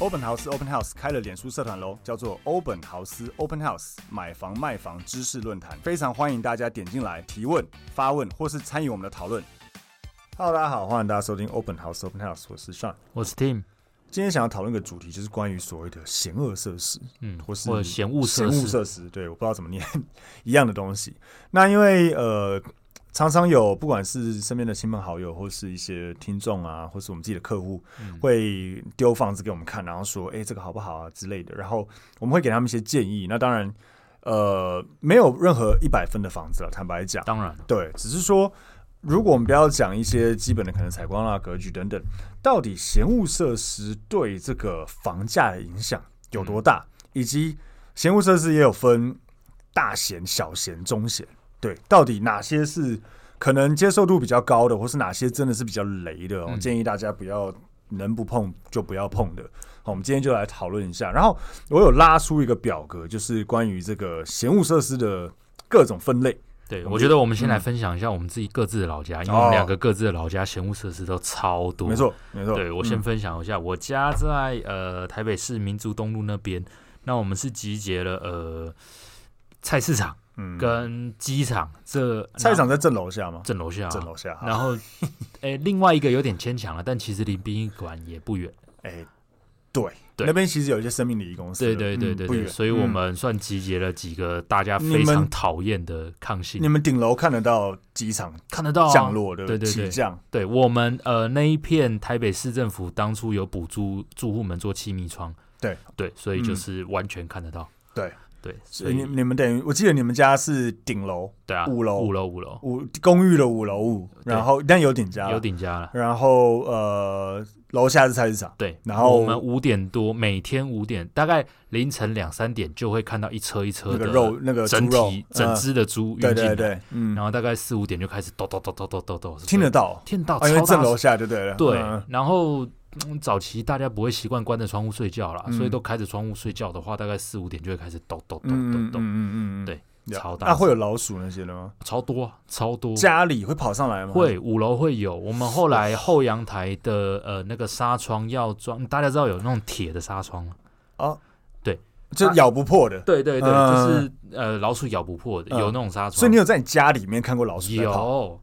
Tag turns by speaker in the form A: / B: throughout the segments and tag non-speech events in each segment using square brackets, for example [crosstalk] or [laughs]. A: 欧本豪斯 Open House 开了脸书社团喽，叫做欧本豪斯 Open House 买房卖房知识论坛，非常欢迎大家点进来提问、发问或是参与我们的讨论。Hello，大家好，欢迎大家收听 Open House Open House，我是 Sean。
B: 我是 Tim，
A: 今天想要讨论一个主题，就是关于所谓的险恶设施，
B: 嗯
A: 或是
B: 或者嫌恶设施
A: 嫌恶设施，对，我不知道怎么念 [laughs] 一样的东西。那因为呃，常常有不管是身边的亲朋好友，或是一些听众啊，或是我们自己的客户，
B: 嗯
A: 会丢房子给我们看，然后说，哎、这个好不好啊之类的。然后我们会给他们一些建议。那当然，呃，没有任何一百分的房子了，坦白讲，
B: 当然
A: 对，只是说，如果我们不要讲一些基本的可能采光啦、格局等等，到底闲物设施对这个房价的影响有多大，以及闲物设施也有分大闲、小闲、中闲，对，到底哪些是可能接受度比较高的，或是哪些真的是比较雷的、我
B: 嗯
A: 建议大家不要能不碰就不要碰的。好，我们今天就来讨论一下。然后我有拉出一个表格，就是关于这个闲物设施的各种分类。
B: 对，
A: 我
B: 我
A: 们嗯
B: 觉得我们先来分享一下我们自己各自的老家，因为我
A: 哦
B: 们两个各自的老家嫌恶设施都超多。
A: 没，错，没错。
B: 对我
A: 嗯
B: 先分享一下，我家在呃台北市民族东路那边，那我们是集结了呃菜市场
A: 嗯，
B: 跟机场这
A: 菜市场在正楼下吗？
B: 正楼下啊，
A: 正楼下。好
B: 然后，
A: [laughs]
B: 诶，另外一个有点牵强了，但其实离殡仪馆也不远。
A: 哎，对，
B: 对
A: 那边其实有一些生命礼仪公司
B: 对
A: 的，
B: 对对对
A: 嗯不
B: 对，
A: 远。
B: 所以我
A: 嗯
B: 们算集结了几个大家
A: 你
B: 非
A: 们
B: 常讨厌的抗性
A: 你，们顶楼看得到机场
B: 看得到啊
A: 降落的
B: 对对
A: 起
B: 对
A: 降，
B: 对我们呃那一片台北市政府当初有补助住户们做气密窗，
A: 对
B: 对，所以就
A: 嗯
B: 是完全看得到，
A: 对
B: 对，所
A: 所以
B: 以
A: 你你们等于，我记得你们家是顶楼
B: 对啊，
A: 五楼
B: 五楼五楼
A: 五公寓的五楼五，
B: 对
A: 然后但有顶家，
B: 有，顶家了，
A: 然后呃楼下是菜市场，
B: 对，
A: 然后
B: 我们五点多每天五点大概凌晨两三点就会看到一车一车
A: 那
B: 的
A: 个肉那个猪
B: 整
A: 肉
B: 体整
A: 嗯
B: 只的猪运
A: 对
B: 进
A: 对
B: 来，
A: 对，嗯
B: 然，后大概四五点就开始抖抖抖抖抖抖抖，
A: 听得到，
B: 听得到，
A: 啊因为
B: 哦超
A: 正
B: 大
A: 楼
B: 声。
A: 下就对了，
B: 对
A: 嗯，
B: 然后嗯早期大家不会习惯关着窗户睡觉啦，
A: 嗯
B: 所以都开着窗户睡觉的话，大概四五点就会开始抖抖抖
A: 嗯嗯嗯
B: 抖抖，
A: 嗯嗯嗯，
B: 对
A: 了
B: 超大
A: 那会有
B: 声
A: 老鼠那些的吗？
B: 超多啊超多。
A: 家里会跑上来吗？
B: 会五楼会有，我们后来后阳台的呃那个纱窗要装，大家知道有那种铁的纱窗吗？
A: 哦，
B: 对，啊
A: 就咬不破的。
B: 对对对，
A: 嗯
B: 就是呃老鼠咬不破的，
A: 嗯
B: 有那种纱窗。
A: 所以你有在你家里面看过老鼠在跑？
B: 有，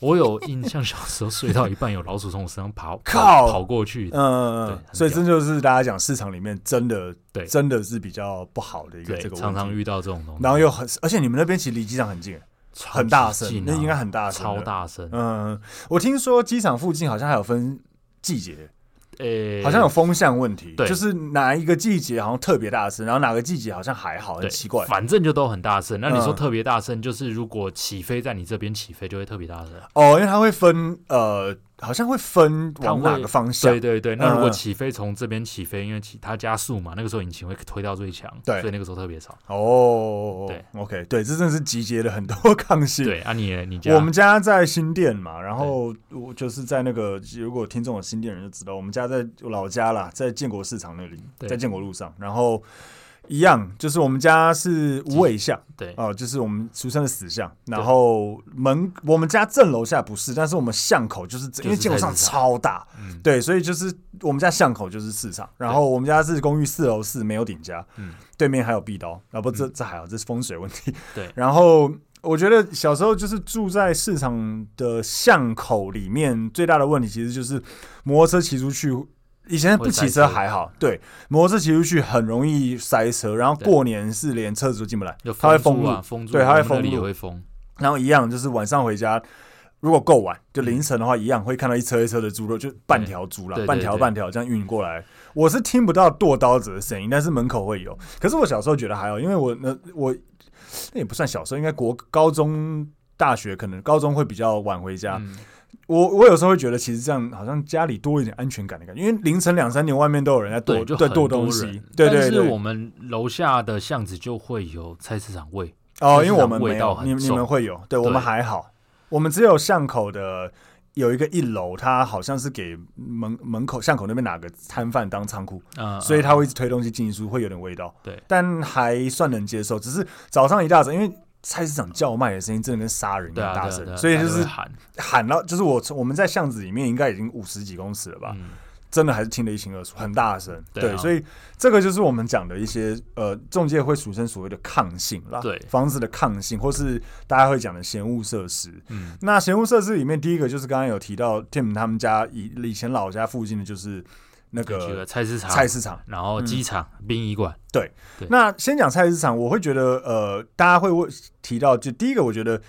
B: 我有印象，小时候睡到一半有老鼠从我身上跑
A: 靠
B: 跑跑过去，
A: 嗯，嗯
B: 对很
A: 所以
B: 屌
A: 这就是大家讲市场里面真的
B: 对
A: 真的是比较不好的一个
B: 对
A: 这，个
B: 常常
A: 问题。
B: 遇到这种东西，
A: 然后又很，而且你们那边其实离机场很近，
B: 超
A: 很大
B: 级
A: 声，
B: 近啊
A: 那应该很大声，
B: 超。大声，
A: 嗯，我听说机场附近好像还有分季节，
B: 呃，
A: 好像有风向问题，
B: 对
A: 就是哪一个季节好像特别大声，然后哪个季节好像还好，很
B: 对，
A: 奇怪。
B: 反正就都很大声。那你说
A: 嗯
B: 特别大声，就是如果起飞在你这边起飞，就会特别大声。
A: 哦，因为它会分，呃，好像会分往
B: 它会
A: 哪个方向
B: 对。对对，那如果
A: 嗯
B: 起飞从这边起飞，因为起它加速嘛，那个时候引擎会推到最强，
A: 对
B: 所以那个时候特别吵。
A: 哦，
B: 对
A: ，OK，对，这真的是集结了很多 [laughs] 抗性。
B: 对啊你，你家
A: 我们家在新店嘛，然后我就是在那个，如果听众有新店人就知道，我们家在老家啦，在建国市场那里，
B: 对
A: 在建国路上，然后一样，就是我们家是无尾巷
B: 对
A: 哦、就是我们俗称的死巷，然
B: 对
A: 后门我们家正楼下不是，但是我们巷口就是
B: 是
A: 因为建国市场
B: 菜市
A: 超大，
B: 嗯
A: 对，所以就是我们家巷口就是市场，然后我们家是公寓四楼四，没有顶家，
B: 嗯
A: 对面还有壁刀，啊不，这这还好，这是风水问题。
B: 对
A: 然后我觉得小时候就是住在市场的巷口里面，最大的问题其实就是摩托车骑出去。以前不骑车还
B: 嗯
A: 好，对，摩托车骑出去很容易塞车，然后
B: 对
A: 过年是连车子都进不来
B: 就，
A: 它会
B: 封
A: 封
B: 住
A: 路
B: 啊，，封住，
A: 对它会
B: 我们那里
A: 封
B: 也
A: 路
B: 会封。
A: 然后一样就是晚上回家，如果够晚，就凌晨的话，一样会看到一车一车的猪肉，就半条猪啦
B: 嗯对，对
A: 半条
B: 对
A: 半条这样运过来。我是听不到剁刀子的声音，但是门口会有。可是我小时候觉得还好，因为我那我那也不算小时候，应该国高中、大学可能高中会比较晚回家。
B: 嗯，
A: 我我有时候会觉得，其实这样好像家里多一点安全感的感觉，因为凌晨两三点外面都有人在
B: 对，
A: 剁
B: 就
A: 在
B: 很
A: 剁
B: 多
A: 东西
B: 人。。
A: 对
B: 但
A: 对
B: 是
A: 对，
B: 我们楼下的巷子就会有菜市场味，
A: 哦，因
B: 菜
A: 为
B: 市
A: 我
B: 场
A: 们
B: 味
A: 没
B: 道
A: 有，
B: 很
A: 你你们
B: 重
A: 会有，对我们
B: 对
A: 还好，我们只有巷口的有一个一楼，它好像是给门门口巷口那边哪个摊贩当仓库，
B: 嗯，
A: 所以
B: 嗯
A: 他会一直推东西进出，会有点味道。
B: 对
A: 但还算能接受，只是早上一大早，因为菜市场叫卖的声音真的跟杀人一
B: 对
A: 样
B: 啊，
A: 大
B: 对啊
A: 声，
B: 对啊
A: 所以
B: 大
A: 就
B: 家会
A: 是
B: 喊
A: 喊到，就是我从我们在巷子里面应该已经五十几公尺了吧，
B: 嗯
A: 真的还是听得一清二楚，很大声。
B: 对啊
A: 所以这个就是我们讲的一些呃，中介会俗称所谓的抗性啦，
B: 对
A: 房子的抗性，或是大家会讲的嫌恶设施。
B: 嗯，
A: 那嫌恶设施里面，第一个就是刚刚有提到 Tim 他们家以以前老家附近的就是那
B: 举
A: 个
B: 个菜市场，
A: 菜市嗯场。
B: 然后机场、殡仪馆，对
A: 那先讲菜市场，我会觉得呃，大家会问提到，就第一个，我觉得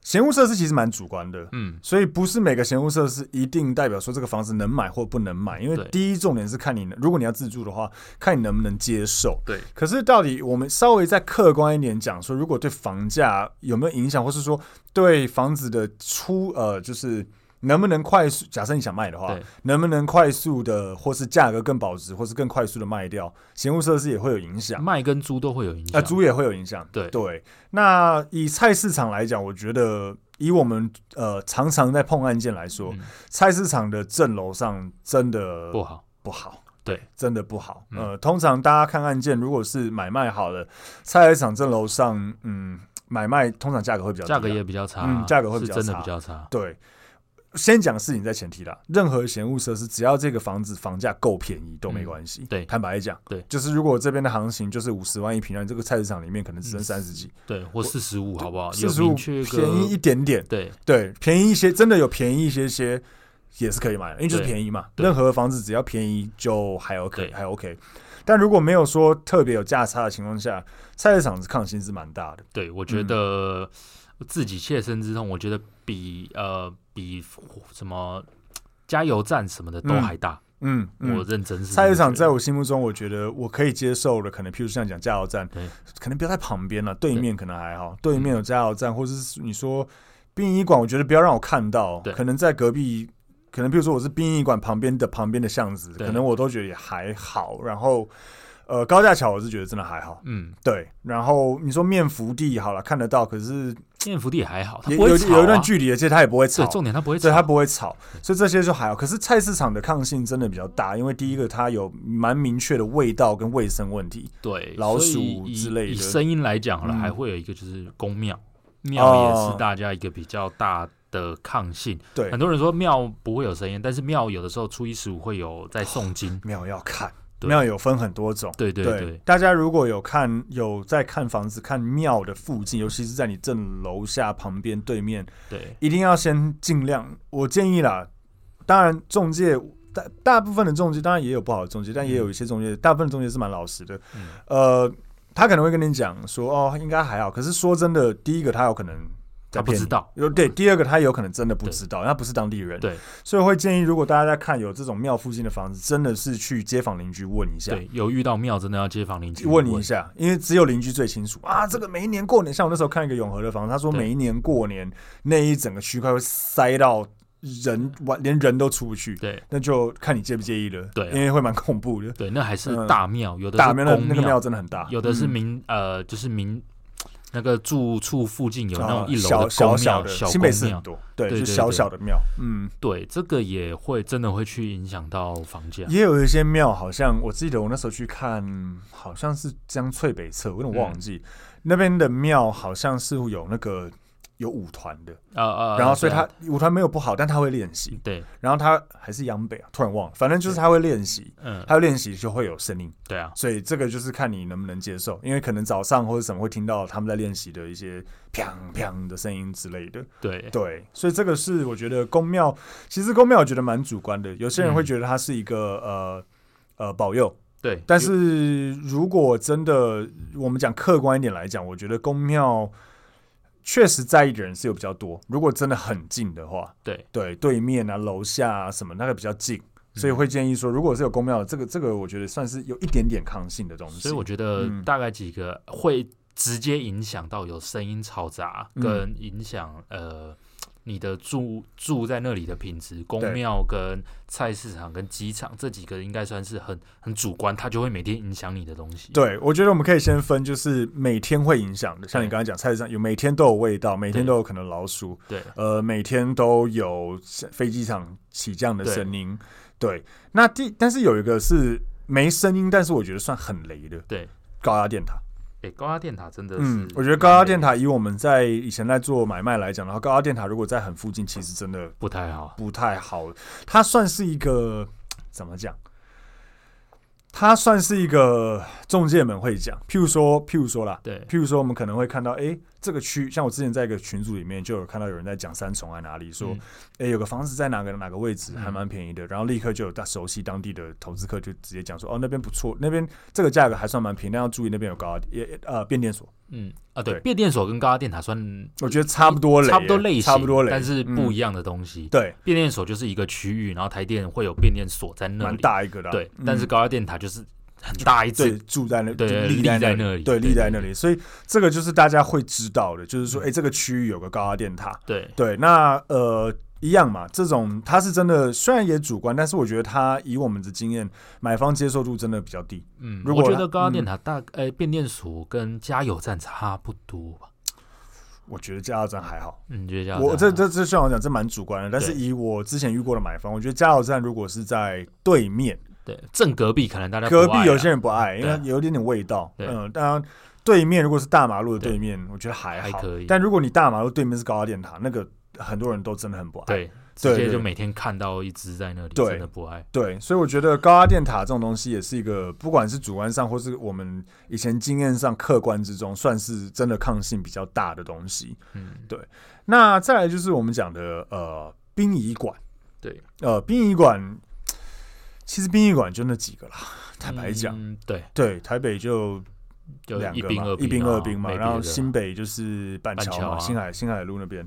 A: 嫌恶设施其实蛮主观的，
B: 嗯，
A: 所以不是每个闲物设施一定代表说这个房子能买或不能买，因为
B: 对
A: 第一重点是看你能，如果你要自住的话，看你能不能接受。
B: 对，
A: 可是到底我们稍微再客观一点讲，说如果对房价有没有影响，或是说对房子的出呃，就是能不能快速，假设你想卖的话
B: 对，
A: 能不能快速的，或是价格更保值，或是更快速的卖掉，闲物设施也会有影响。
B: 卖跟租都会有影
A: 啊，
B: 响。
A: 猪也会有影响。
B: 对
A: 对，那以菜市场来讲，我觉得以我们呃常常在碰案件来说，
B: 嗯
A: 菜市场的正楼上真的
B: 不好，
A: 不好。
B: 对，
A: 真的不好。
B: 嗯
A: 呃，通常大家看案件，如果是买卖好了，菜市场正楼上，嗯，买卖通常价格会比较低啊
B: 价格也比较差，
A: 嗯价格会比较
B: 是真的
A: 差
B: 比较差。
A: 对。先讲事情在前提啦，任何闲物设施，只要这个房子房价够便宜都没关系、
B: 嗯对
A: 坦白讲，
B: 对
A: 就是如果这边的行情就是五十万一平，那你这个菜市场里面可能只
B: 嗯
A: 剩三十几，
B: 对，或四十五好不好？
A: 四
B: 有
A: 十五
B: 明确个
A: 便宜一点点，
B: 对
A: 对，便宜一些，真的有便宜一些些也是可以买的，因为就是
B: 对
A: 便宜嘛。
B: 对
A: 任何房子只要便宜就还 OK，
B: 对
A: 还 OK。但如果没有说特别有价差的情况下，菜市场的抗性是蛮大的。
B: 对，我觉
A: 嗯
B: 得自己切身之痛，我觉得比呃比什么加油站什么的都
A: 嗯
B: 还大。
A: 嗯，
B: 我
A: 嗯
B: 认真是
A: 菜市场
B: 这
A: 在
B: 么
A: 我心目中，我觉得我可以接受的，可能譬如像讲加油站
B: 对，
A: 可能不要在旁边了，啊对面可能还好，对面有加油站，或者是你说殡仪馆，我觉得不要让我看到
B: 对，
A: 可能在隔壁，可能譬如说我是殡仪馆旁边的旁边的巷子，
B: 对
A: 可能我都觉得也还好。然后，呃，高架桥我是觉得真的还好，
B: 嗯，
A: 对。然后你说面福地好了，看得到，可是
B: 念福地也还好，它
A: 也
B: 不会
A: 有
B: 吵啊
A: 有一段距离，而且它也不会吵
B: 对，，重点它不会
A: 对，
B: 吵，
A: 它不会吵，所以这些就还好。可是菜市场的抗性真的比较大，因为第一个它有蛮明确的味道跟卫生问题。
B: 对
A: 老
B: 所以
A: 鼠
B: 以
A: 之类的
B: 以声音来讲好了，
A: 嗯哦
B: 还会有一个就是宫庙，庙也是大家一个比较大的抗性。
A: 对
B: 很，多人说庙不会有声音，但是庙有的时候初一十五会有在诵
A: [laughs]
B: 经。
A: 庙要看，
B: 对
A: 庙有分很多种。
B: 对对对，
A: 大家如果有看有在看房子、看庙的附近，尤其是在你正楼下旁边对面，
B: 对
A: 一定要先尽量。我建议啦，当然中介大大部分的中介，当然也有不好的中介，但也有一些中介，大部分的中介是蛮老实的。
B: 嗯
A: 呃，他可能会跟你讲说，哦，应该还好。可是说真的，第一个他有可能在
B: 他不
A: 骗
B: 知
A: 你
B: 道嗯
A: 有对，第二个他有可能真的不
B: 对
A: 知道，因为他不是当地人，
B: 对
A: 所以会建议，如果大家在看有这种庙附近的房子，真的是去街坊邻居问一下。
B: 对，有遇到庙真的要街坊邻居
A: 问你一下，因为只有邻居最清楚啊。这个每一年过年，像我那时候看一个永和的房子，他说
B: 对
A: 每一年过年那一整个区块会塞到人完，连人都出不去，
B: 对
A: 那就看你介不介意了。
B: 对啊
A: 因为会蛮恐怖的。
B: 对，那还是
A: 嗯
B: 大庙，有的
A: 大
B: 是
A: 庙的
B: 公
A: 那个庙真的很大，
B: 有的是
A: 嗯
B: 民呃，就是民那个住处附近有那
A: 啊
B: 种一楼
A: 小
B: 的
A: 小
B: 公
A: 小
B: 庙、
A: 的，
B: 小
A: 新北市
B: 公
A: 很
B: 庙，
A: 多，对，
B: 对
A: 就
B: 对
A: 小
B: 对
A: 小的庙，嗯。
B: 对，这个也会真的会去影响到房价。
A: 也有一些庙，好像我记得我那时候去看，好像是江翠北侧，我有点
B: 嗯
A: 忘记、那边的庙好像是有那个有舞团的，
B: 呃呃，
A: 然后所以
B: 对啊嗯
A: 他舞团没有不好，但他会练习，
B: 对，
A: 然后他还是央北啊，突然忘了，反正就是他会练习，
B: 嗯，
A: 他会练习就会有声音，
B: 对啊，
A: 所以这个就是看你能不能接受，因为可能早上或者什么会听到他们在练习的一些砰砰的声音之类的，
B: 对
A: 对，所以这个是我觉得宫庙，其实宫庙我觉得蛮主观的，有些
B: 嗯
A: 人会觉得它是一个、呃呃保佑，
B: 对，
A: 但是如果真的我们讲客观一点来讲，我觉得宫庙确实在意的人是有比较多。如果真的很近的话，
B: 对嗯
A: 对，对面啊、楼下啊什么那个比较近，所以会建议说，如果是有宫庙的，这个这个我觉得算是有一点点抗性的东西。
B: 所以我觉得
A: 嗯
B: 大概几个会直接影响到有声音嘈杂，
A: 嗯
B: 跟影响呃你的住住在那里的品质。公
A: 对
B: 庙跟菜市场跟机场这几个应该算是很很主观，它就会每天影响你的东西。
A: 对，我觉得我们可以先分，就是每天会影响的，像你
B: 对
A: 刚才讲菜市场有每天都有味道，每天
B: 对
A: 都有可能老鼠，
B: 对
A: 呃，每天都有飞机场起降的
B: 对
A: 声音。对，那第但是有一个是没声音，但是我觉得算很雷的
B: 对，
A: 高压电塔。
B: 哎，高压电塔真的是蛮
A: 嗯
B: 累的，，
A: 我觉得高压电塔以我们在以前在做买卖来讲，然后高压电塔如果在很附近，其实真的
B: 不太好。
A: 不太好。它算是一个怎么讲？它算是一个中介们会讲，譬如说，譬如说啦，
B: 对，
A: 譬如说我们可能会看到，诶，这个区，像我之前在一个群组里面就有看到有人在讲三重在啊哪里，说，
B: 嗯
A: 诶，有个房子在哪个哪个位置，还
B: 嗯
A: 蛮便宜的，然后立刻就有大熟悉当地的投资客就直接讲说，哦，那边不错，那边这个价格还算蛮平，但要注意那边有高压也呃变电所，
B: 嗯啊，对
A: 对，
B: 变电所跟高压电塔算
A: 我觉得差不多类，
B: 差不多类型，
A: 差不多类，
B: 但是不
A: 嗯
B: 一样的东西。
A: 对，
B: 变电所就是一个区域，然后台电会有变电所在那
A: 蛮
B: 里，
A: 大一个的啊，
B: 对，
A: 嗯
B: 但是高压电塔就是很大一
A: 对
B: 只，
A: 住在那，
B: 对
A: 就
B: 对
A: 立
B: 立
A: 在
B: 在
A: 那
B: 那里
A: 对，
B: 对
A: 立在
B: 对
A: 那里，所以这个就是大家会知道的，就是说，
B: 嗯
A: 诶，这个区域有个高压电塔，
B: 对，
A: 对，那呃一样嘛，这种它是真的，虽然也主观，但是我觉得它以我们的经验，买方接受度真的比较低。
B: 嗯，
A: 如
B: 我
A: 果
B: 觉
A: 它
B: 得高压电塔大，呃，变电所跟加油站差不多吧。
A: 我觉得加油站还好，
B: 嗯，你觉得加油站
A: 我这这这像我讲，这蛮主观的。但是
B: 对
A: 以我之前遇过的买方，我觉得加油站如果是在对面，
B: 对正隔壁可能大家不
A: 隔
B: 爱
A: 壁
B: 啦
A: 有些人不爱，因为
B: 对啊
A: 有一点点味道。
B: 对
A: 嗯，当然对面如果是大马路的
B: 对
A: 对面，我觉得还好。
B: 还可以
A: 但如果你大马路对面是高压电塔，那个很多人都真的很不爱。
B: 对，直接
A: 对
B: 就每天看到一只在那里，
A: 对
B: 真的不爱。
A: 对，所以我觉得高压电塔这种东西也是一个，不管是主观上或是我们以前经验上客观之中，算是真的抗性比较大的东西。
B: 嗯，
A: 那再来就是我们讲的呃殡仪馆，
B: 对，
A: 呃殡仪馆，其实殡仪馆就那几个啦， [laughs] 坦白讲，
B: 嗯，对，
A: 对，台北就
B: 就
A: 两
B: 一
A: 个
B: 兵
A: 嘛
B: 二，啊
A: 一兵二兵嘛，
B: 没别
A: 然后
B: 的
A: 新
B: 了
A: 北就是板
B: 板
A: 桥
B: 桥
A: 嘛，
B: 啊
A: 新海新海路那边，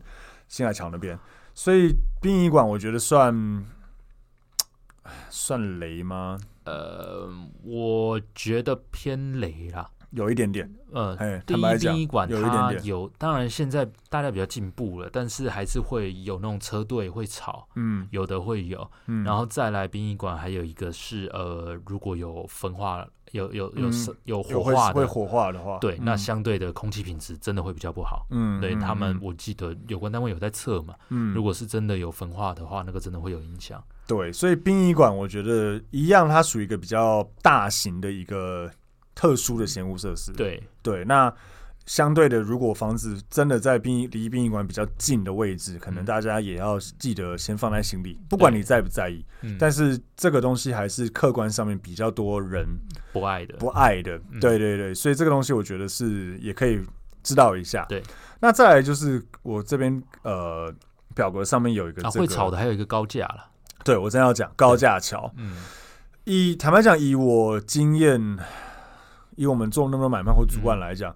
A: 新海桥那边，所以殡仪馆我觉得算算雷吗？
B: 呃，我觉得偏雷啦。
A: 有一点点。
B: 呃，
A: 哎，
B: 第
A: 坦白
B: 一
A: 讲
B: 殡仪馆
A: 有一点
B: 它
A: 点
B: 有，当然现在大家比较进步了，但是还是会有那种车队会吵，
A: 嗯
B: 有的会有。
A: 嗯，
B: 然后再来殡仪馆，还有一个是呃，如果有焚化，有有有
A: 嗯
B: 是有火
A: 有会
B: 化
A: 会
B: 的，
A: 火化的话，
B: 对，
A: 嗯
B: 那相对的空气品质真的会比较不好。
A: 嗯，
B: 对
A: 嗯
B: 他们，
A: 嗯
B: 我记得有关单位有在测嘛，
A: 嗯，
B: 如果是真的有焚化的话，那个真的会有影响。
A: 对，所以殡仪馆我觉得一样，它属于一个比较大型的一个特殊的闲物设施，
B: 对，
A: 对，那。相对的，如果房子真的在殡仪离殡仪馆比较近的位置，可能
B: 嗯
A: 大家也要记得先放在心里，不管你在不在意。
B: 嗯，
A: 但是这个东西还是客观上面比较多人
B: 不爱的，
A: 不爱的，
B: 嗯
A: 对对对，所以这个东西我觉得是也可以知道一下。
B: 对，
A: 那再来就是我这边呃表格上面有一个、这
B: 啊，
A: 个
B: 会吵的还有一个高价了。
A: 对我正要讲高架桥。
B: 嗯，
A: 以坦白讲，以我经验，以我们做那么多买卖或主管来讲，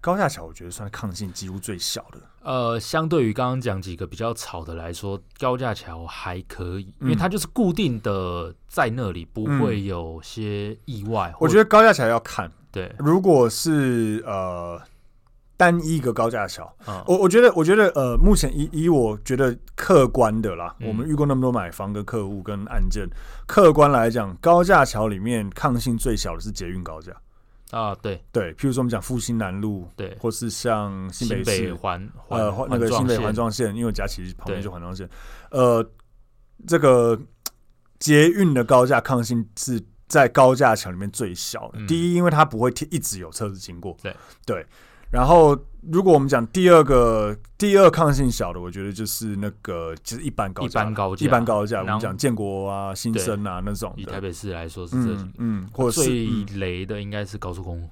A: 高架桥我觉得算抗性几乎最小的。
B: 呃，相对于刚刚讲几个比较吵的来说，高架桥还可以，因为
A: 嗯
B: 它就是固定的在那里，不
A: 嗯
B: 会有些意外。
A: 我觉得高架桥要看，
B: 对，
A: 如果是呃单一一个高架桥，
B: 嗯，
A: 我我觉得，我觉得，呃，目前以以我觉得客观的啦，
B: 嗯
A: 我们遇过那么多买房跟客户跟案件，客观来讲，高架桥里面抗性最小的是捷运高架，
B: 啊，对
A: 对，譬如说我们讲复兴南路，
B: 对，
A: 或是像新北
B: 新
A: 市，
B: 北环
A: 呃，环
B: 环
A: 那
B: 环
A: 个新
B: 状
A: 北环
B: 线，
A: 状线，因为假期旁边
B: 对
A: 就环状线，呃，这个捷运的高架抗性是在高架桥里面最小的。
B: 嗯
A: 第一，因为它不会贴一直有车子经过，
B: 对
A: 对。然后，如果我们讲第二个第二抗性小的，我觉得就是那个就是一般高
B: 一
A: 架啦，
B: 般高架，
A: 一般高架，我
B: 然
A: 们
B: 后
A: 讲建国啊、新生啊那种
B: 以台
A: 的，
B: 北市来说是这几
A: 嗯嗯，或者是
B: 最
A: 嗯
B: 雷的应该是高速公路，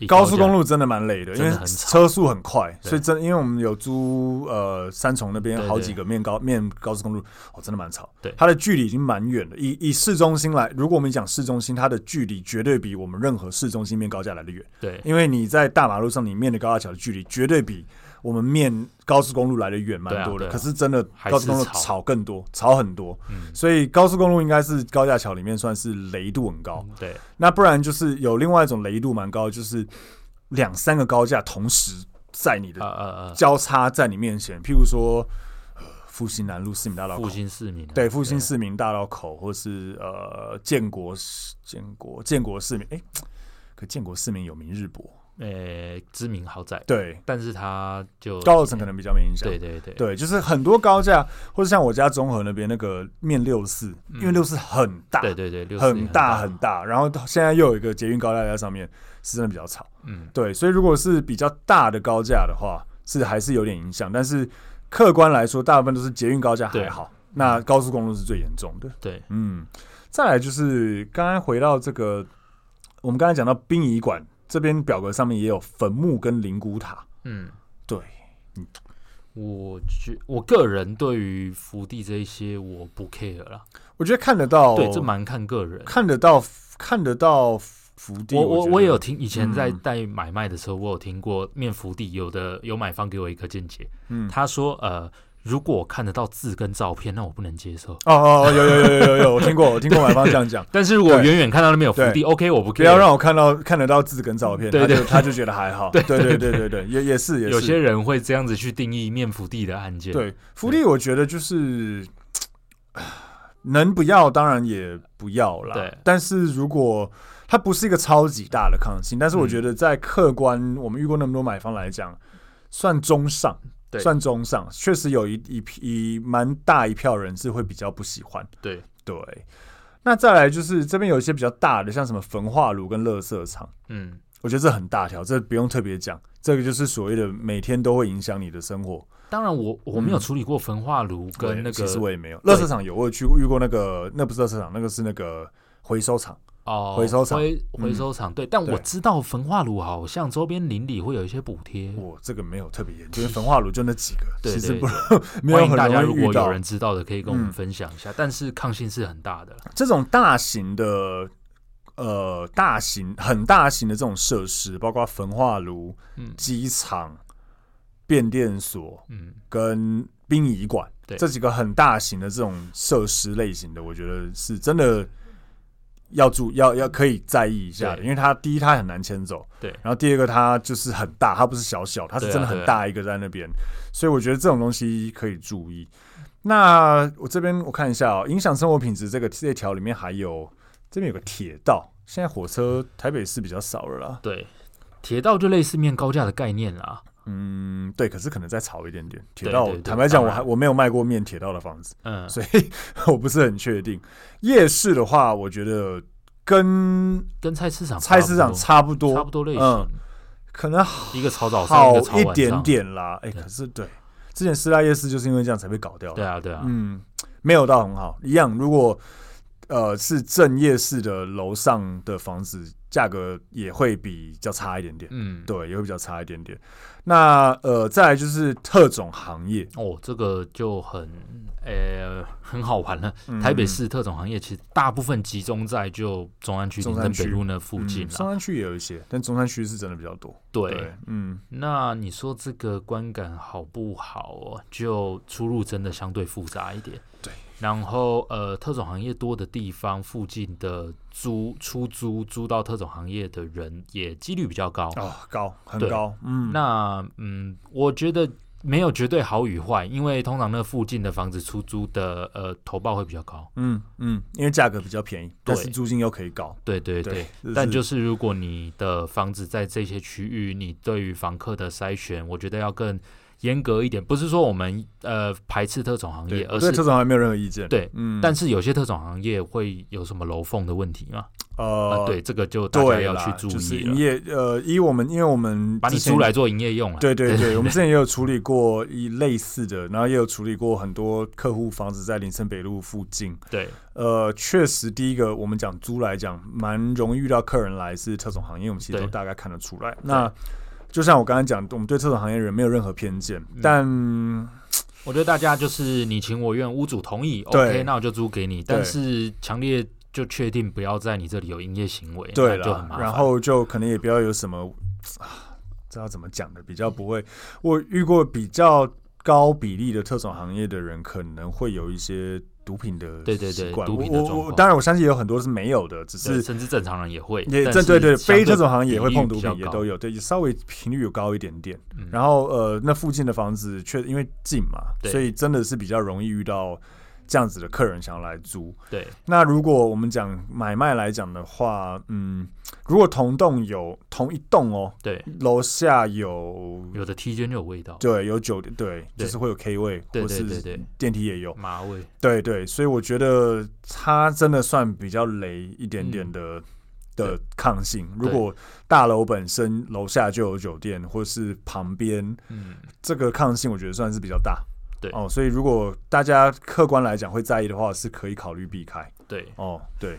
B: 以
A: 高速
B: 架
A: 公路真的蛮累的，因
B: 真的
A: 为
B: 很吵
A: 车速很快，
B: 对
A: 所以真因为我们有租呃三重那边
B: 对
A: 好几个面高面高速公路，哦，真的蛮吵。
B: 对
A: 它的距离已经蛮远了。以以市中心来，如果我们讲市中心，它的距离绝对比我们任何市中心面高架来的远，
B: 对，
A: 因为你在大马路上你面的高架桥的距离绝对比我们面高速公路来的远蛮多的。
B: 对啊对啊
A: 可是真的
B: 还是
A: 高速公路
B: 吵
A: 吵更多，吵很多，
B: 嗯，
A: 所以高速公路应该是高架桥里面算是雷度很高。
B: 对，
A: 那不然就是有另外一种雷度蛮高，就是两三个高架同时在你
B: 呃
A: 的
B: 呃
A: 交叉在你面前，譬如说呃复兴南路市民大
B: 呃，
A: 道
B: 复
A: 口，
B: 兴市民啊，
A: 对，复兴市民大道口，或是呃建国建国建国市民，哎、可建国市民有明日博，
B: 呃知名豪宅，
A: 对，
B: 但是它就
A: 高楼层可能比较没影响，
B: 对对对，
A: 对，就是很多高架，或者像我家中和那边那个面六四，因为
B: 嗯
A: 六四很大，
B: 对对对，六四
A: 很
B: 零
A: 大很大，然后现在又有一个捷运高架在上面，是真的比较吵。
B: 嗯，
A: 对，所以如果是比较大的高架的话，是还是有点影响，但是客观来说，大部分都是捷运高架还好，那高速公路是最严重的。
B: 对，
A: 嗯，再来就是刚刚回到这个，我们刚才讲到殡仪馆这边表格上面也有坟墓跟灵骨塔，
B: 嗯，
A: 对，
B: 我觉我个人对于福地这一些我不 care 啦，
A: 我觉得看得到，
B: 对，这蛮看个人。
A: 看得到看得到福地。
B: 我我
A: 觉得
B: 我也有听，以前在
A: 嗯
B: 带买卖的时候，我有听过面福地有的有买方给我一个见解，
A: 嗯
B: 他说呃，如果我看得到字跟照片，那我不能接受。
A: 哦哦，哦有有有有有有，我听过，我听过买方这样讲，
B: 但是如果
A: 对
B: 远远看到那边有福地，OK，我不 care。
A: 不要让我看到看得到字跟照片，
B: 对
A: 他就
B: 对
A: 他就觉得还好，对对对对对对，也也是也是，
B: 有些人会这样子去定义面福地的案件。，
A: 对福利，我觉得就是能不要当然也不要啦，
B: 对
A: 但是如果它不是一个超级大的抗性，但是我
B: 嗯
A: 觉得在客观我们遇过那么多买方来讲，算中上。
B: 对
A: 算中上，确实有一一一蛮大一票人是会比较不喜欢。
B: 对，
A: 对，那再来就是这边有一些比较大的，像什么焚化炉跟垃圾场，
B: 嗯，
A: 我觉得这很大条，这不用特别讲。这个就是所谓的每天都会影响你的生活。
B: 当然我我没有处理过焚化炉
A: 我
B: 跟
A: 也
B: 那
A: 嗯其实
B: 个
A: 我也没有，
B: 对
A: 垃圾场有，我有去遇过那个，那不是垃圾场，那个是那个回收厂。
B: 哦
A: 回收厂嗯
B: 回回收厂，对，但我
A: 对
B: 知道焚化炉好像周边邻里会有一些补贴。
A: 我这个没有特别研究，因为焚化炉就那几个，
B: 嗯对
A: 其实
B: 对
A: 不
B: 对，
A: 没有
B: 欢迎
A: 很
B: 大家如
A: 容易
B: 果
A: 遇到
B: 有。人知道的，可以跟
A: 嗯
B: 我们分享一下。但是抗性是很大的啦，
A: 这种大型的。呃，大型很大型的这种设施，包括焚化炉、
B: 嗯
A: 机场、变电所，
B: 嗯，
A: 跟殡仪馆，
B: 对
A: 这几个很大型的这种设施类型的，我觉得是真的要注要要可以在意一下的，
B: 对
A: 因为它第一它很难迁走，
B: 对
A: 然后第二个它就是很大，它不是小小，它是
B: 对啊
A: 真的很大一个在那边，所以我觉得这种东西可以注意。那我这边我看一下哦，影响生活品质这个这条里面还有这边有个铁道，现在火车台北市比较少了啦，
B: 对。铁道就类似面高架的概念啦，
A: 嗯，对，可是可能再吵一点点。铁
B: 对
A: 道
B: 对对
A: 坦白讲，
B: 当
A: 我
B: 然
A: 还我没有卖过面铁道的房子。
B: 嗯，
A: 所以 [laughs] 我不是很确定。夜市的话，我觉得跟
B: 跟菜市场
A: 菜市场
B: 啊差
A: 差不
B: 不
A: 多，
B: 多差不多类
A: 嗯
B: 型，
A: 可能
B: 一个炒早上，
A: 好
B: 个炒
A: 一
B: 晚
A: 点
B: 上。
A: 点啦。哎、
B: 对
A: 可是对，之前师大夜市就是因为这样才被搞掉
B: 对
A: 了。
B: 啊，对啊，
A: 嗯，没有到很好，一样。如果呃是正夜市的楼上的房子，价格也会比较差一点点。
B: 嗯，
A: 对，也会比较差一点点。那呃，再来就是特种行业，
B: 哦，这个就很呃很好玩了。
A: 嗯
B: 台北市特种行业其实大部分集中在就中安区、
A: 中
B: 林
A: 山
B: 森北
A: 区
B: 路那附
A: 嗯
B: 近
A: 中
B: 啦。
A: 山区也有一些，但中山区是真的比较多。
B: 对
A: 对，，嗯，
B: 那你说这个观感好不好哦？就出入真的相对复杂一点。
A: 对，
B: 然后呃，特种行业多的地方，附近的租出租租到特种行业的人也几率比较高。
A: 哦，高，很
B: 对
A: 高，嗯，
B: 那嗯，我觉得没有绝对好与坏，因为通常那附近的房子出租的呃投报会比较高。
A: 嗯嗯，因为价格比较便宜，但是
B: 对
A: 租金又可以高，
B: 对对对，
A: 对
B: 但
A: 就
B: 就是如果你的房子在这些区域，你对于房客的筛选，我觉得要更严格一点。不是说我们呃排斥特种行
A: 对
B: 业，而
A: 对
B: 是
A: 特种行业没有任何意见，
B: 对
A: 嗯，
B: 但是有些特种行业会有什么楼缝的问题嘛？
A: 呃
B: 啊，，对，这个就大家
A: 对
B: 要
A: 啦
B: 去注
A: 就是
B: 意
A: 营
B: 了，
A: 业呃，以我们因为我们
B: 把你
A: 之前
B: 租来，做营业用啊。
A: 对对对，我
B: [laughs]
A: 们之前也有处理过一类似的，然后也有处理过很多客户房子在林森北路附近，
B: 对
A: 呃，确实第一个我们讲租来讲，蛮容易遇到客人来是特种行业，我们其实
B: 对
A: 都大概看得出来，那。就像我刚才讲，我们对特种行业人没有任何偏见，
B: 嗯
A: 但
B: 我觉得大家就是你情我愿，屋主同意
A: 对
B: ，OK，那我就租给你，但是强烈就确定不要在你这里有营业行为，
A: 对
B: 那就很
A: 了
B: 麻，烦。
A: 然后就可能也不要有什么，啊这要怎么讲的，比较不会。我遇过比较高比例的特种行业的人，可能会有一些毒品的
B: 对对对
A: 习惯
B: 毒品的
A: 我我
B: 状
A: 我
B: 况
A: 当然我相信也有很多是没有的，只
B: 对
A: 是
B: 甚至正常人也会，
A: 也
B: 但
A: 这对
B: 是
A: 对，
B: 相
A: 非这种行业也会
B: 比例
A: 碰毒
B: 比较
A: 品，也
B: 高
A: 都有，对，稍微频率有高一点点。
B: 嗯
A: 然后呃，那附近的房子却因为近嘛，
B: 对
A: 所以真的是比较容易遇到这样子的客人想要来租。
B: 对
A: 那如果我们讲买卖来讲的话，嗯，如果同栋有同一栋哦，
B: 对，
A: 楼下有
B: 有的梯间就有味道，
A: 对有酒店，对，
B: 对
A: 就是会有 K 位，
B: 对
A: 或
B: 对对
A: 是
B: 对，
A: 电梯也有，
B: 麻味，
A: 对对，所以我觉得它真的算比较雷一点点的。的
B: 嗯对
A: 抗性，如果大楼本身楼下就有酒店，或是旁边
B: 嗯，
A: 这个抗性，我觉得算是比较大。
B: 对
A: 哦，所以如果大家客观来讲会在意的话，是可以考虑避开。
B: 对，
A: 哦，对，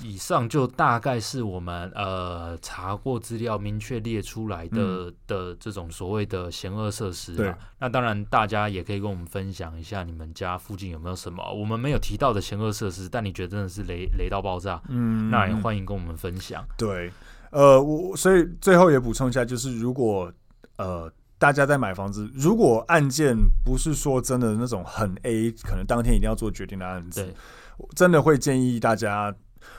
B: 以上就大概是我们呃查过资料明确列出来的、的这种所谓的险恶设施
A: 嗯对
B: 啦。那当然，大家也可以跟我们分享一下你们家附近有没有什么我们没有提到的险恶设施，但你觉得真的是雷雷到爆炸，
A: 嗯，
B: 那也欢迎跟我们分享。
A: 对，呃，我所以最后也补充一下，就是如果呃大家在买房子，如果案件不是说真的那种很 A，可能当天一定要做决定的案子
B: 对，
A: 我真的会建议大家，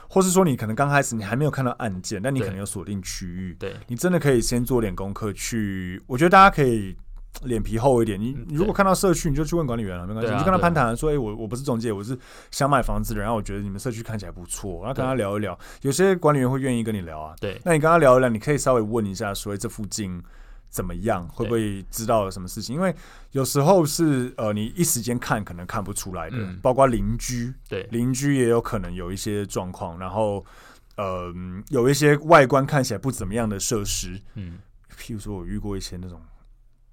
A: 或是说你可能刚开始你还没有看到案件，但你可
B: 对
A: 能有锁定区域，
B: 对
A: 你真的可以先做点功课去，我觉得大家可以。脸皮厚一点，你
B: 嗯
A: 你如果
B: 对
A: 看到社区，你就去问管理员了，没关系，
B: 对啊
A: 你就跟他
B: 对啊
A: 攀谈说，哎、我我不是中介，我是想买房子的，然后我觉得你们社区看起来不错，然后跟他聊一聊，有些管理员会愿意跟你聊啊，
B: 对
A: 那你跟他聊一聊，你可以稍微问一下，说哎这附近怎么样，会不会知道有什么事情？因为有时候是呃，你一时间看可能看不出来的，
B: 嗯
A: 包括邻居，
B: 对
A: 邻居也有可能有一些状况，然后呃，有一些外观看起来不怎么样的设施，
B: 嗯，
A: 譬如说我遇过一些那种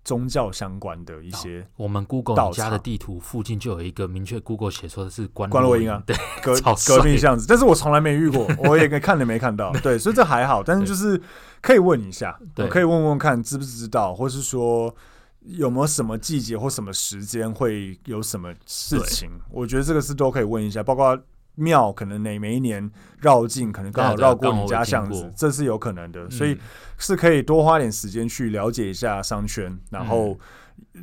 A: 宗教相关的一些
B: 我们 Google
A: 倒
B: 你家
A: 插
B: 的地图附近就有一个明确 Google 写说的是关
A: 关洛
B: 洛
A: 英啊
B: 对
A: 隔
B: 超
A: 隔
B: 帅
A: 壁巷子，但是我从来没遇
B: [laughs]
A: 过，我也看了没看到，对，所以这还好，但是就是可以问一下，
B: 对
A: 我可以问问看知不知道，或是说有没有什么季节或什么时间会有什么事情，我觉得这个是都可以问一下，包括。庙可能哪每一年绕境，可能刚好
B: 对啊对啊
A: 绕过
B: 刚好
A: 你家
B: 有经
A: 巷子
B: 过，
A: 这是有可能的，所以
B: 嗯
A: 是可以多花点时间去了解一下商圈。然
B: 嗯
A: 后，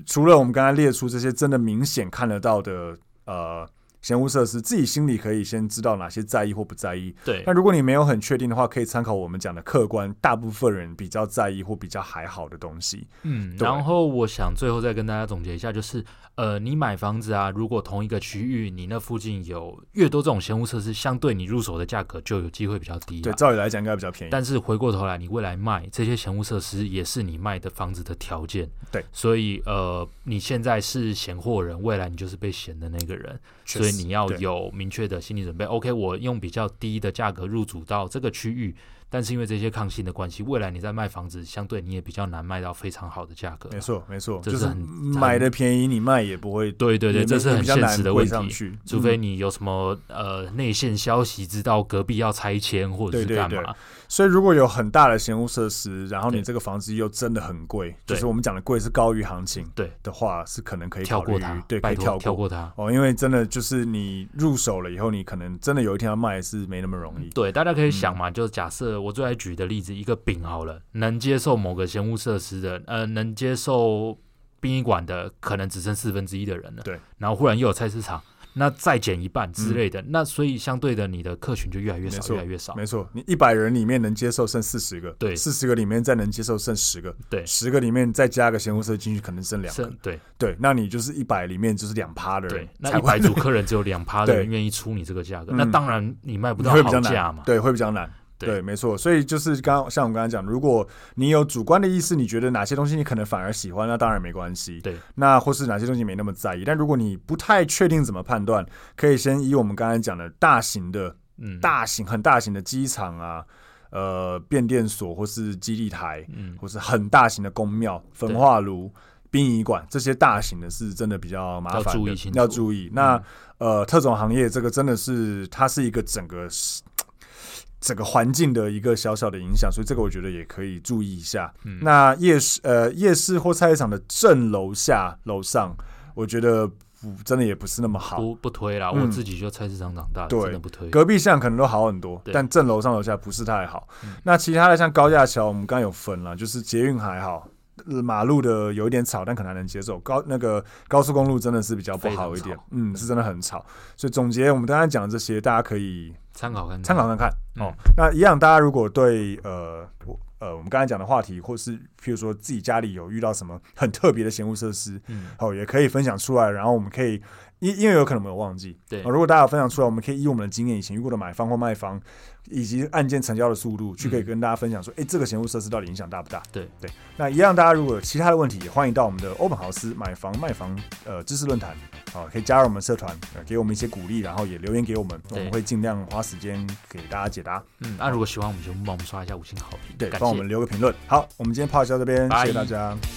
A: 除了我们刚才列出这些真的明显看得到的呃闲物设施，自己心里可以先知道哪些在意或不在意。
B: 对
A: 那如果你没有很确定的话，可以参考我们讲的客观，大部分人比较在意或比较还好的东西。
B: 嗯，
A: 对
B: 然后我想最后再跟大家总结一下，就是呃，你买房子啊，如果同一个区域，你那附近有越多这种闲物设施，相对你入手的价格就有机会比较低
A: 对，
B: 啦。
A: 照理来讲应该比较便宜。
B: 但是回过头来，你未来卖这些闲物设施，也是你卖的房子的条件。
A: 对，
B: 所以呃，你现在是闲货人，未来你就是被闲的那个人，
A: 确
B: 所以
A: 实
B: 你要
A: 对
B: 有明确的心理准备。OK，我用比较低的价格入主到这个区域，但是因为这些抗性的关系，未来你在卖房子，相对你也比较难卖到非常好的价格啦。
A: 没错，没错，
B: 这
A: 就是是
B: 很
A: 买的便宜，你卖也不会，
B: 对对对，
A: 也
B: 这
A: 没
B: 是
A: 也
B: 很
A: 比较
B: 现
A: 难
B: 实的
A: 贵
B: 问
A: 上
B: 题。
A: 去，嗯
B: 除非你有什么呃内线消息，知道隔壁要拆迁或者是
A: 对对
B: 干
A: 对
B: 嘛，
A: 所以如果有很大的闲物设施，然后你
B: 对
A: 这个房子又真的很贵，
B: 对
A: 就是我们讲的贵是高于行情，
B: 对
A: 的话，是可能可以
B: 跳
A: 考虑
B: 过它，
A: 对，可
B: 拜
A: 以
B: 托
A: 跳
B: 跳过它。
A: 哦，因为真的就是你入手了以后，你可能真的有一天要卖是没那么容易。
B: 嗯对，大家可以
A: 嗯
B: 想嘛，就假设我最爱举的例子，一个饼好了，能接受某个闲物设施的，呃，能接受殡仪馆的，可能只剩四分之一的人了。
A: 对，嗯
B: 然后忽然又有菜市场，那再减一半之类的，那所以相对的，你的客群就越来越
A: 没
B: 少，
A: 错
B: 越来越少。
A: 没错，你一百人里面能接受剩四十个，
B: 对
A: 四十个里面再能接受剩十个，
B: 对
A: 十个里面再加个闲物车进去，可能剩两
B: 是
A: 个，，
B: 对
A: 对，那你就是一百里面就是两趴的人
B: 对，，那
A: 才
B: 一
A: 会
B: 百组客人只有两趴的
A: 对
B: 人愿意出你这个价格，
A: 嗯
B: 那当然你卖不到
A: 会比较
B: 好价
A: 难
B: 嘛，。
A: 对，会比较难。
B: 对
A: 对，没错，所以就是刚像我们刚才讲，如果你有主观的意识，你觉得哪些东西你可能反而喜欢，那当然没关系。
B: 对，
A: 那或是哪些东西没那么在意，但如果你不太确定怎么判断，可以先以我们刚才讲的大型的、
B: 嗯，
A: 大型、很大型的机场啊，呃，变电所或是基地台，
B: 嗯
A: 或是很大型的公庙、焚
B: 对
A: 化炉、殡仪馆这些大型的，是真的比较麻烦的，
B: 要注意清楚嗯
A: 要注意。那、呃，特种行业这个真的是它是一个整个整个环境的一个小小的影响，所以这个我觉得也可以注意一下。
B: 嗯
A: 那夜市呃夜市或菜市场的正楼下楼上，我觉得不真的也不是那么好。
B: 不不推啦，
A: 嗯
B: 我自己就菜市场长大的，
A: 对
B: 真的不推。
A: 隔壁巷可能都好很多，
B: 对嗯
A: 但正楼上楼下不是太好。那其他的像高架桥，我们刚刚有分了，就是捷运还好，呃马路的有一点吵，但可能还能接受。高那个高速公路真的是比较不好一
B: 非
A: 点
B: 常吵，
A: 嗯，是真的很吵。所以总结我们刚才讲的这些，大家可以
B: 参考看看，
A: 参考看看。
B: 嗯
A: 哦，那一样，大家如果对呃我呃我们刚才讲的话题，或是譬如说自己家里有遇到什么很特别的闲物设施，
B: 嗯，
A: 哦，也可以分享出来，然后我们可以，因因为有可能我们有忘记，
B: 对
A: 哦如果大家有分享出来，我们可以以我们的经验，以前遇过的买方或卖方，以及案件成交的速度，去
B: 嗯
A: 可以跟大家分享说，哎、这个闲物设施到底影响大不大？
B: 对
A: 对，那一样，大家如果有其他的问题，也欢迎到我们的欧本豪斯买房卖房呃知识论坛，啊、可以加入我们社团、呃，给我们一些鼓励，然后也留言给我们，我
B: 对
A: 们会尽量花时间给大家解答，
B: 嗯，那、如果喜欢我们节目，帮我们刷一下五星好评，
A: 对，
B: 感
A: 帮我
B: 谢
A: 们留个评论。好，我们今天 p 到这边，谢谢
B: 拜
A: 大家，拜。